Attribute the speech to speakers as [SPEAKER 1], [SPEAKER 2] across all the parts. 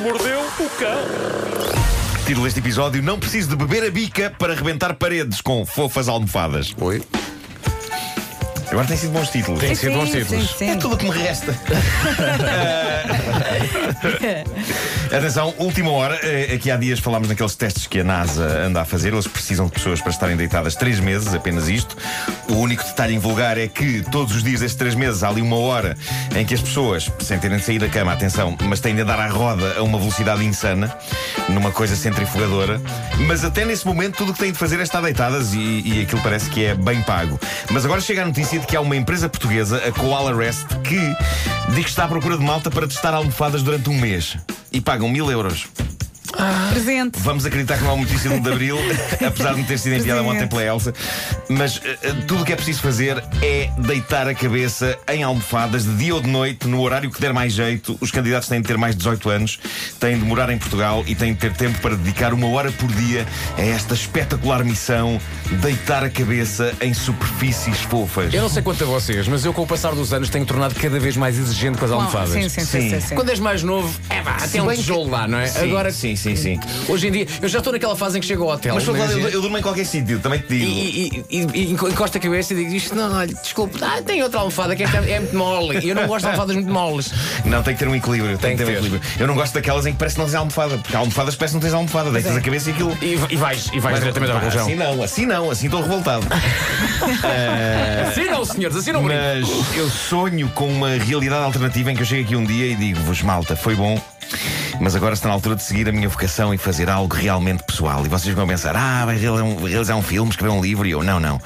[SPEAKER 1] mordeu o cão.
[SPEAKER 2] Título deste episódio: Não preciso de beber a bica para rebentar paredes com fofas almofadas.
[SPEAKER 3] Oi.
[SPEAKER 2] Agora tem sido bons títulos.
[SPEAKER 4] Tem
[SPEAKER 5] Sim,
[SPEAKER 4] sido bons
[SPEAKER 5] sim,
[SPEAKER 4] títulos.
[SPEAKER 5] sim.
[SPEAKER 2] É tudo o que me resta. Atenção, última hora. Eh, Aqui há dias falámos naqueles testes que a NASA anda a fazer. Eles precisam de pessoas para estarem deitadas três meses, apenas isto. O único detalhe invulgar é que todos os dias destes três meses há ali uma hora em que as pessoas, sem terem de sair da cama, atenção, mas têm de andar à roda a uma velocidade insana, numa coisa centrifugadora. Mas até nesse momento tudo o que têm de fazer é estar deitadas e, e aquilo parece que é bem pago. Mas agora chega a notícia de que há uma empresa portuguesa, a Koala Rest, que diz que está à procura de malta para testar almofadas durante um mês. E pagam mil euros.
[SPEAKER 5] Presente.
[SPEAKER 2] Vamos acreditar que não há uma notícia de 1 de Abril, apesar de me ter sido enviada
[SPEAKER 5] Presidente.
[SPEAKER 2] ontem pela Elsa. Mas eh, eh, tudo o que é preciso fazer é deitar a cabeça em almofadas de dia ou de noite, no horário que der mais jeito. Os candidatos têm de ter mais de 18 anos, têm de morar em Portugal e têm de ter tempo para dedicar uma hora por dia a esta espetacular missão: deitar a cabeça em superfícies fofas.
[SPEAKER 4] Eu não sei quanto a vocês, mas eu com o passar dos anos tenho tornado cada vez mais exigente com as almofadas.
[SPEAKER 5] Sim, sim, sim,
[SPEAKER 2] Sim.
[SPEAKER 5] sim, sim.
[SPEAKER 4] Quando és mais novo, é vá, até um
[SPEAKER 2] bem que-
[SPEAKER 4] tijolo lá, não é?
[SPEAKER 2] Sim,
[SPEAKER 4] Agora,
[SPEAKER 2] sim, sim, sim.
[SPEAKER 4] hoje em dia, eu já estou naquela fase em que chego ao hotel.
[SPEAKER 2] Mas, por
[SPEAKER 4] né?
[SPEAKER 2] favor, eu, eu durmo em qualquer sítio, também te digo.
[SPEAKER 4] E, e- e- e encosta a cabeça e digo isto, não, olha, desculpe, ah, tem outra almofada que esta é muito mole. E eu não gosto de almofadas muito moles.
[SPEAKER 2] Não, tem que ter um equilíbrio.
[SPEAKER 4] Tem
[SPEAKER 2] Tem, que ter
[SPEAKER 4] que
[SPEAKER 2] um
[SPEAKER 4] ter.
[SPEAKER 2] equilíbrio. Eu não gosto daquelas em que parece que não tens almofada, porque há almofadas que parece que não tens almofada.
[SPEAKER 4] é.
[SPEAKER 2] Deitas a cabeça e aquilo.
[SPEAKER 4] E, e vais, e vais diretamente ao
[SPEAKER 2] Pá,
[SPEAKER 4] rojão.
[SPEAKER 2] assim não, assim não, assim estou revoltado.
[SPEAKER 4] Assim não, senhores, assim não brinco.
[SPEAKER 2] Mas eu sonho com uma realidade alternativa em que eu chego aqui um dia e digo-vos, malta, foi bom. Mas agora está na altura de seguir a minha vocação e fazer algo realmente pessoal. E vocês vão pensar: ah, vai realizar um, realizar um filme, escrever um livro. E eu: não, não.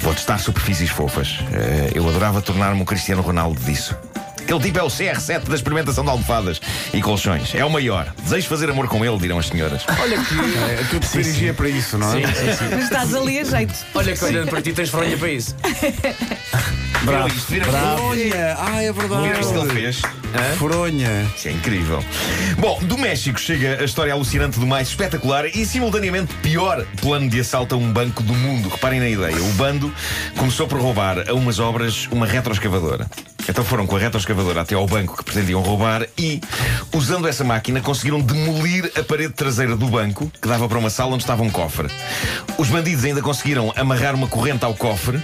[SPEAKER 2] Vou testar superfícies fofas. Eh, eu adorava tornar-me o Cristiano Ronaldo disso. Aquele tipo é o CR7 da experimentação de almofadas e colchões. É o maior. Desejo fazer amor com ele, dirão as senhoras.
[SPEAKER 4] Olha que,
[SPEAKER 3] É, tu te dirigia para isso, não é?
[SPEAKER 5] Mas estás ali a jeito.
[SPEAKER 4] olha que olhando para ti tens fronha para isso.
[SPEAKER 2] Viram isto? Viram
[SPEAKER 3] Fronha! Ah, é
[SPEAKER 2] viram isto que ele
[SPEAKER 3] verdade!
[SPEAKER 2] fez?
[SPEAKER 3] Fronha!
[SPEAKER 2] Isso é incrível. Bom, do México chega a história alucinante do mais espetacular e simultaneamente pior plano de assalto a um banco do mundo. Reparem na ideia. O bando começou por roubar a umas obras uma retroescavadora. Então foram com a retroescavadora até ao banco que pretendiam roubar e, usando essa máquina, conseguiram demolir a parede traseira do banco, que dava para uma sala onde estava um cofre. Os bandidos ainda conseguiram amarrar uma corrente ao cofre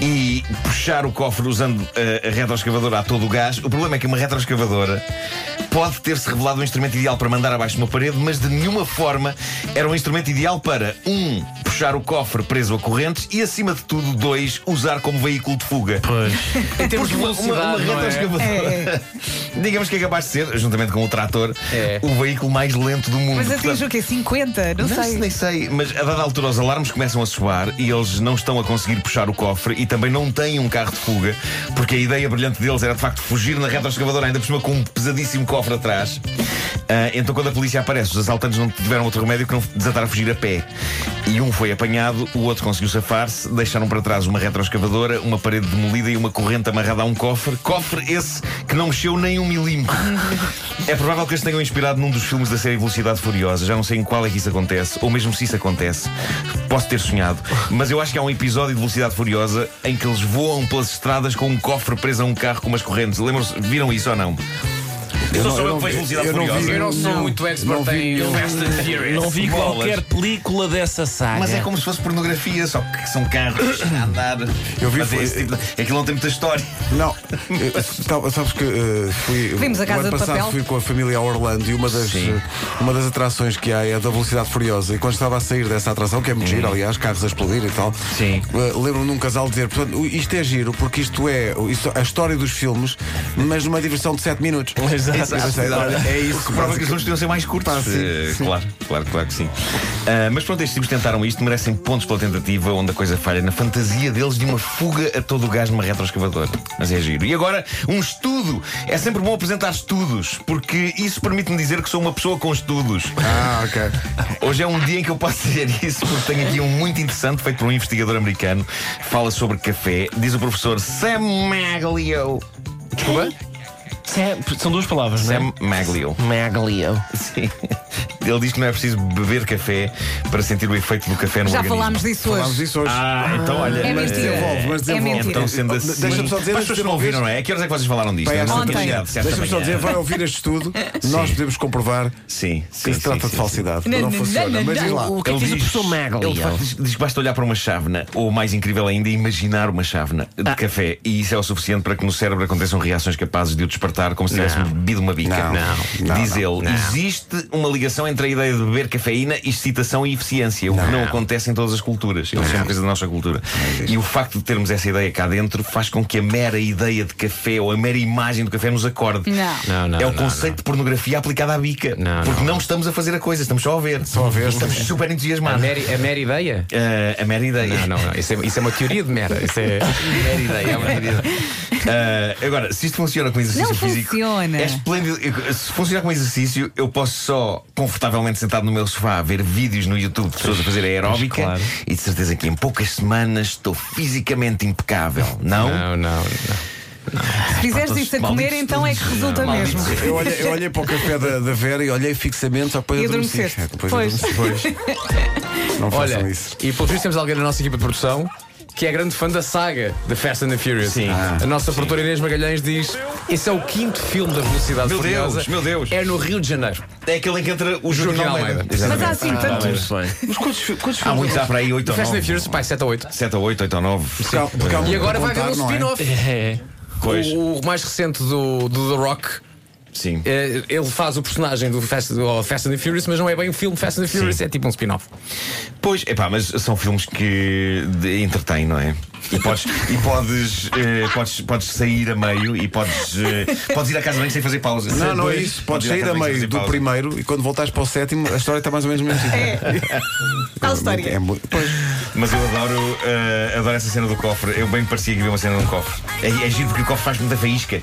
[SPEAKER 2] e puxar o cofre usando eh, a retroescavadora a todo o gás. O problema é que uma retroescavadora pode ter-se revelado um instrumento ideal para mandar abaixo de uma parede, mas de nenhuma forma era um instrumento ideal para, um, puxar o cofre preso a correntes e, acima de tudo, dois, usar como veículo de fuga.
[SPEAKER 4] Em termos de
[SPEAKER 2] Porque uma,
[SPEAKER 4] velocidade,
[SPEAKER 2] uma, uma
[SPEAKER 4] não é?
[SPEAKER 2] retroescavadora, digamos que é capaz de ser, juntamente com o trator,
[SPEAKER 4] É.
[SPEAKER 2] o veículo mais lento do mundo.
[SPEAKER 5] Mas
[SPEAKER 2] Portanto,
[SPEAKER 5] atinge o quê? 50? Não,
[SPEAKER 2] não sei.
[SPEAKER 5] sei.
[SPEAKER 2] nem sei, mas a dada altura os alarmes começam a soar e eles não estão a conseguir puxar o cofre e também não têm um carro de fuga, porque a ideia brilhante deles era de facto fugir na retroescavadora, ainda por cima com um pesadíssimo cofre atrás. Ah, então, quando a polícia aparece, os assaltantes não tiveram outro remédio que não desatar a fugir a pé. E um foi apanhado, o outro conseguiu safar-se, deixaram para trás uma retroescavadora, uma parede demolida e uma corrente amarrada a um cofre. Cofre esse que não mexeu nem um milímetro. É provável que eles tenham inspirado num dos filmes da série Velocidade Furiosa. Já não sei em qual é que isso acontece, ou mesmo se isso acontece. Posso ter sonhado. Mas eu acho que há um episódio de Velocidade Furiosa em que eles voam pelas estradas com um cofre preso a um carro com umas correntes. Lembram-se? Viram isso ou não? Eu
[SPEAKER 3] não-
[SPEAKER 2] sou
[SPEAKER 3] eu
[SPEAKER 2] eu
[SPEAKER 3] não
[SPEAKER 2] que vejo
[SPEAKER 3] vi-
[SPEAKER 2] Velocidade
[SPEAKER 3] eu não vi.
[SPEAKER 2] Furiosa.
[SPEAKER 4] Eu não sou muito
[SPEAKER 3] não
[SPEAKER 4] expert
[SPEAKER 3] vi
[SPEAKER 4] em
[SPEAKER 3] nenhum.
[SPEAKER 4] Fast and Furious.
[SPEAKER 6] Não vi
[SPEAKER 2] Bolas.
[SPEAKER 6] qualquer película dessa saga.
[SPEAKER 2] Mas é como se fosse pornografia, só que são carros a andar.
[SPEAKER 3] Eu vi-
[SPEAKER 2] Mas esse tipo de- Aquilo não tem muita história.
[SPEAKER 3] Não, eh, tá- sabes que eh, fui.
[SPEAKER 5] Vimos a Casa
[SPEAKER 3] o ano
[SPEAKER 5] de
[SPEAKER 3] passado
[SPEAKER 5] Papel.
[SPEAKER 3] fui com a família a Orlando e uma das,
[SPEAKER 2] Sim.
[SPEAKER 3] eh, uma das atrações que há é a da Velocidade Furiosa. E quando estava a sair dessa atração, que é muito giro, aliás, carros a explodir e tal,
[SPEAKER 2] Sim.
[SPEAKER 3] eh, lembro-me de um casal dizer: portanto, o- isto é giro porque isto é isto- a história dos filmes, mas numa diversão de 7 minutos.
[SPEAKER 6] Exato.
[SPEAKER 3] Eu pensei, olha, é isso.
[SPEAKER 2] O que prova que os
[SPEAKER 3] basicamente.
[SPEAKER 2] números deviam ser mais curtos.
[SPEAKER 3] Pá, sim,
[SPEAKER 2] Eh,
[SPEAKER 3] sim.
[SPEAKER 2] Claro, claro, claro que sim. Ah, mas pronto, estes tipos tentaram isto, merecem pontos pela tentativa, onde a coisa falha na fantasia deles de uma fuga a todo o gás numa retroescavadora. Mas é giro. E agora, um estudo. É sempre bom apresentar estudos, porque isso permite-me dizer que sou uma pessoa com estudos.
[SPEAKER 3] Ah, ok.
[SPEAKER 2] Hoje é um dia em que eu posso dizer isso, porque tenho aqui um muito interessante feito por um investigador americano. Fala sobre café. Diz o professor Sam Maglio. Desculpa?
[SPEAKER 6] Sam- São duas palavras, não é?
[SPEAKER 2] Sam Maglio.
[SPEAKER 6] Maglio.
[SPEAKER 2] Sim. ele diz que não é preciso beber café para sentir o efeito do café no
[SPEAKER 5] Já
[SPEAKER 2] organismo.
[SPEAKER 5] falámos disso
[SPEAKER 3] Falámos
[SPEAKER 5] hoje.
[SPEAKER 3] disso hoje.
[SPEAKER 2] Ah, então olha.
[SPEAKER 5] É
[SPEAKER 2] mas-
[SPEAKER 5] mentira.
[SPEAKER 3] desenvolve, mas
[SPEAKER 5] É
[SPEAKER 3] desenvolve. Oh,
[SPEAKER 5] mentira.
[SPEAKER 2] Então, sendo assim.
[SPEAKER 3] Deixa-me só dizer antes
[SPEAKER 2] Para as pessoas
[SPEAKER 3] de
[SPEAKER 2] que não ouviram,
[SPEAKER 3] ouvir-
[SPEAKER 2] não é? A que horas é que vocês falaram disto?
[SPEAKER 3] Para
[SPEAKER 2] Não,
[SPEAKER 3] esta
[SPEAKER 2] não tenho
[SPEAKER 5] Ontem.
[SPEAKER 2] idade, certa
[SPEAKER 3] Deixa-me só
[SPEAKER 2] manhã.
[SPEAKER 3] dizer, vai ouvir este estudo. Nós podemos comprovar
[SPEAKER 2] Sim, sim.
[SPEAKER 3] que se
[SPEAKER 2] sim,
[SPEAKER 3] trata
[SPEAKER 2] sim,
[SPEAKER 3] de
[SPEAKER 2] sim.
[SPEAKER 3] falsidade.
[SPEAKER 5] Não,
[SPEAKER 3] Não
[SPEAKER 5] não,
[SPEAKER 3] funciona.
[SPEAKER 5] não,
[SPEAKER 3] Mas diz
[SPEAKER 5] não.
[SPEAKER 3] lá.
[SPEAKER 6] O que é que
[SPEAKER 2] Ele
[SPEAKER 6] diz a
[SPEAKER 2] diz-
[SPEAKER 6] pessoa magra?
[SPEAKER 2] Ele de facto, diz, diz que basta olhar para uma chávena, ou mais incrível ainda, imaginar uma chávena de café, e isso é o suficiente para que no cérebro aconteçam reações capazes de o despertar como se tivesse
[SPEAKER 6] Não.
[SPEAKER 2] bebido uma bica.
[SPEAKER 3] Não. Não,
[SPEAKER 2] Diz
[SPEAKER 3] não,
[SPEAKER 2] ele, existe uma ligação entre a ideia de beber cafeína, excitação e eficiência, o que não acontece em todas as culturas. Eles são uma coisa da nossa cultura. E o facto de termos essa ideia cá dentro faz com que a mera ideia de café ou a mera imagem do café nos acorde.
[SPEAKER 5] Não.
[SPEAKER 6] Não, não,
[SPEAKER 2] é o
[SPEAKER 6] não,
[SPEAKER 2] conceito de pornografia aplicada à bica.
[SPEAKER 6] Não,
[SPEAKER 2] porque
[SPEAKER 6] não.
[SPEAKER 2] não. estamos a fazer a coisa, estamos só a ver.
[SPEAKER 3] Só a ver.
[SPEAKER 2] Estamos super
[SPEAKER 6] A
[SPEAKER 2] entusiasmados.
[SPEAKER 6] É Mary, a Mary ideia?
[SPEAKER 2] Ah, a mera ideia.
[SPEAKER 6] Não, não, não. Isso é, isso é uma teoria de merda. Isso é.
[SPEAKER 2] Mera ideia, é uma teoria. Ah, agora, se isto funciona com exercício
[SPEAKER 5] Não
[SPEAKER 2] físico.
[SPEAKER 5] funciona.
[SPEAKER 2] É esplêndido. Eu- Se funcionar com exercício, eu posso só confortavelmente sentado no meu sofá ver vídeos no YouTube de pessoas a fazer aeróbica
[SPEAKER 6] Mas claro.
[SPEAKER 2] e de certeza que em poucas semanas estou fisicamente impecável. Não?
[SPEAKER 6] Não, não, não.
[SPEAKER 5] Se fizeres
[SPEAKER 2] Pá,
[SPEAKER 5] isto a
[SPEAKER 2] malditos
[SPEAKER 5] comer, então é que
[SPEAKER 2] todos.
[SPEAKER 5] resulta
[SPEAKER 2] Não,
[SPEAKER 5] mesmo.
[SPEAKER 2] malditos.
[SPEAKER 3] Eu olhei, eu olhei para o café da, da Vera e olhei fixamente, só depois
[SPEAKER 5] E
[SPEAKER 3] adormeci.
[SPEAKER 5] adormeceste.
[SPEAKER 3] É, Depois
[SPEAKER 5] Pois.
[SPEAKER 3] adormeci. Pois. Não
[SPEAKER 6] Olha,
[SPEAKER 3] façam isso.
[SPEAKER 6] e pelo visto temos alguém na nossa equipa de produção que é grande fã da saga The Fast and the Furious.
[SPEAKER 2] Sim. Ah,
[SPEAKER 6] a nossa produtora Inês Magalhães diz: esse é o quinto filme da Velocidade
[SPEAKER 2] Meu Deus,
[SPEAKER 6] Furiosa.
[SPEAKER 2] meu Deus.
[SPEAKER 6] É no Rio de Janeiro.
[SPEAKER 2] É aquele em que entra o
[SPEAKER 6] Joaquim
[SPEAKER 2] Joaquim
[SPEAKER 6] Almeida.
[SPEAKER 2] Almeida.
[SPEAKER 5] Mas há
[SPEAKER 2] Exatamente.
[SPEAKER 5] assim tantos.
[SPEAKER 3] Mas quantos, fi- quantos
[SPEAKER 2] Há
[SPEAKER 3] filmes
[SPEAKER 2] muitos, há para aí 8
[SPEAKER 6] The
[SPEAKER 2] ou
[SPEAKER 6] Fast and
[SPEAKER 2] 9.
[SPEAKER 6] the Furious, pai, 7 a 8.
[SPEAKER 2] 7 ou 8, 8 ou Eh, 9.
[SPEAKER 3] Porque há- porque há muito
[SPEAKER 6] E agora
[SPEAKER 3] para
[SPEAKER 6] vai haver um
[SPEAKER 3] contar, não é?
[SPEAKER 6] spin-off.
[SPEAKER 2] Pois.
[SPEAKER 6] O, o mais recente do, do The Rock.
[SPEAKER 3] um-
[SPEAKER 2] Sim.
[SPEAKER 6] eh, Ele faz o personagem do Fast, do Fast and the Furious, mas não é bem um filme Fast and the Furious, é tipo um spin-off.
[SPEAKER 2] Pois, epá, mas são filmes que de- entretêm, não é? E podes, e podes, eh, podes, podes sair a meio e podes, eh, podes ir à casa bem sem fazer pausa.
[SPEAKER 3] Não, não é
[SPEAKER 2] Pois,
[SPEAKER 3] isso. Podes
[SPEAKER 2] ir à
[SPEAKER 3] sair
[SPEAKER 2] casa
[SPEAKER 3] a
[SPEAKER 2] bem sem
[SPEAKER 3] meio
[SPEAKER 2] fazer
[SPEAKER 3] do
[SPEAKER 2] pausa.
[SPEAKER 3] primeiro e quando voltares para o sétimo, a história está mais ou menos mesmo.
[SPEAKER 5] É. Tal
[SPEAKER 3] É,
[SPEAKER 5] história.
[SPEAKER 3] muito- pois.
[SPEAKER 2] Mas eu adoro, eh, adoro essa cena do cofre. Eu bem me parecia que vi uma cena de um cofre. É, é giro porque o cofre faz muita faísca.